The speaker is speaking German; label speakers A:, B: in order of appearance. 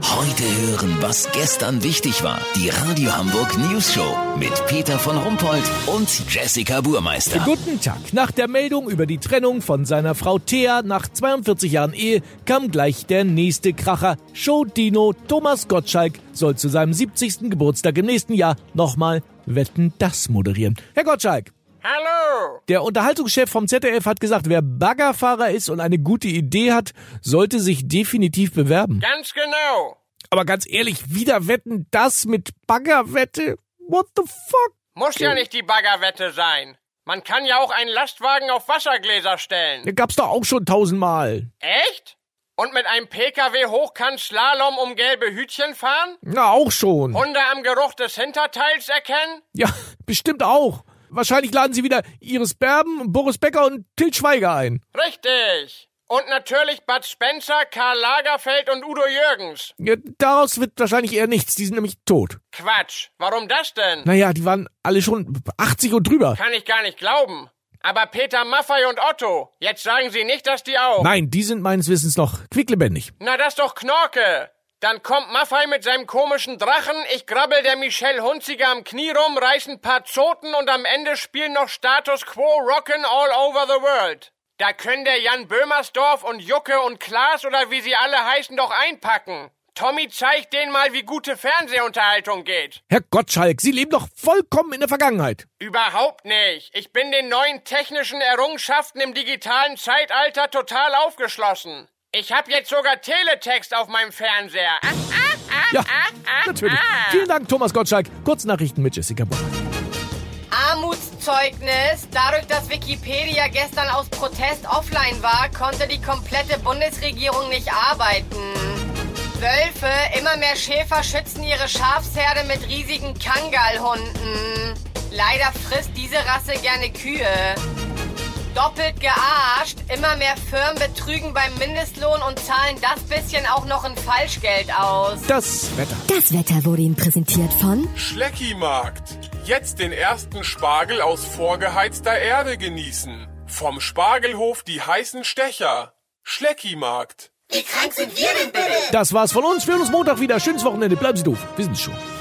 A: Heute hören, was gestern wichtig war. Die Radio Hamburg News Show mit Peter von Rumpold und Jessica Burmeister.
B: Guten Tag. Nach der Meldung über die Trennung von seiner Frau Thea nach 42 Jahren Ehe kam gleich der nächste Kracher. Show-Dino Thomas Gottschalk soll zu seinem 70. Geburtstag im nächsten Jahr nochmal Wetten das moderieren. Herr Gottschalk,
C: Hallo!
B: der Unterhaltungschef vom ZDF hat gesagt, wer Baggerfahrer ist und eine gute Idee hat, sollte sich definitiv bewerben.
C: Ganz genau.
B: Aber ganz ehrlich, wieder Wetten das mit Baggerwette? What the fuck?
C: Muss ja nicht die Baggerwette sein. Man kann ja auch einen Lastwagen auf Wassergläser stellen.
B: Der gab's doch auch schon tausendmal.
C: Echt? Und mit einem PKW hochkant Slalom um gelbe Hütchen fahren?
B: Na, auch schon.
C: Hunde am Geruch des Hinterteils erkennen?
B: Ja, bestimmt auch. Wahrscheinlich laden sie wieder Iris Berben, Boris Becker und Til Schweiger ein.
C: Richtig. Und natürlich Bud Spencer, Karl Lagerfeld und Udo Jürgens.
B: Ja, daraus wird wahrscheinlich eher nichts. Die sind nämlich tot.
C: Quatsch. Warum das denn?
B: Naja, die waren alle schon 80 und drüber.
C: Kann ich gar nicht glauben. Aber Peter Maffei und Otto, jetzt sagen Sie nicht, dass die auch.
B: Nein, die sind meines Wissens noch quicklebendig.
C: Na, das ist doch Knorke. Dann kommt Maffei mit seinem komischen Drachen, ich grabbel der Michelle Hunziger am Knie rum, reiß ein paar Zoten und am Ende spielen noch Status Quo Rockin' All Over the World. Da können der Jan Böhmersdorf und Jucke und Klaas oder wie sie alle heißen doch einpacken. Tommy zeigt denen mal, wie gute Fernsehunterhaltung geht.
B: Herr Gottschalk, Sie leben doch vollkommen in der Vergangenheit.
C: Überhaupt nicht. Ich bin den neuen technischen Errungenschaften im digitalen Zeitalter total aufgeschlossen. Ich hab jetzt sogar Teletext auf meinem Fernseher. Ah, ah, ah,
B: Ja,
C: ah, ah,
B: natürlich.
C: Ah.
B: Vielen Dank, Thomas Gottschalk. Kurznachrichten mit Jessica Bock.
D: Armutszeugnis. Dadurch, dass Wikipedia gestern aus Protest offline war, konnte die komplette Bundesregierung nicht arbeiten. Wölfe, immer mehr Schäfer schützen ihre Schafsherde mit riesigen Kangalhunden. Leider frisst diese Rasse gerne Kühe. Doppelt gearscht, immer mehr Firmen betrügen beim Mindestlohn und zahlen das bisschen auch noch in Falschgeld aus.
B: Das Wetter.
E: Das Wetter wurde Ihnen präsentiert von
F: Schleckimarkt. Jetzt den ersten Spargel aus vorgeheizter Erde genießen. Vom Spargelhof die heißen Stecher. Schleckimarkt.
B: Das war's von uns. Wir hören uns Montag wieder. Schönes Wochenende. Bleiben Sie doof. Wir sind's schon.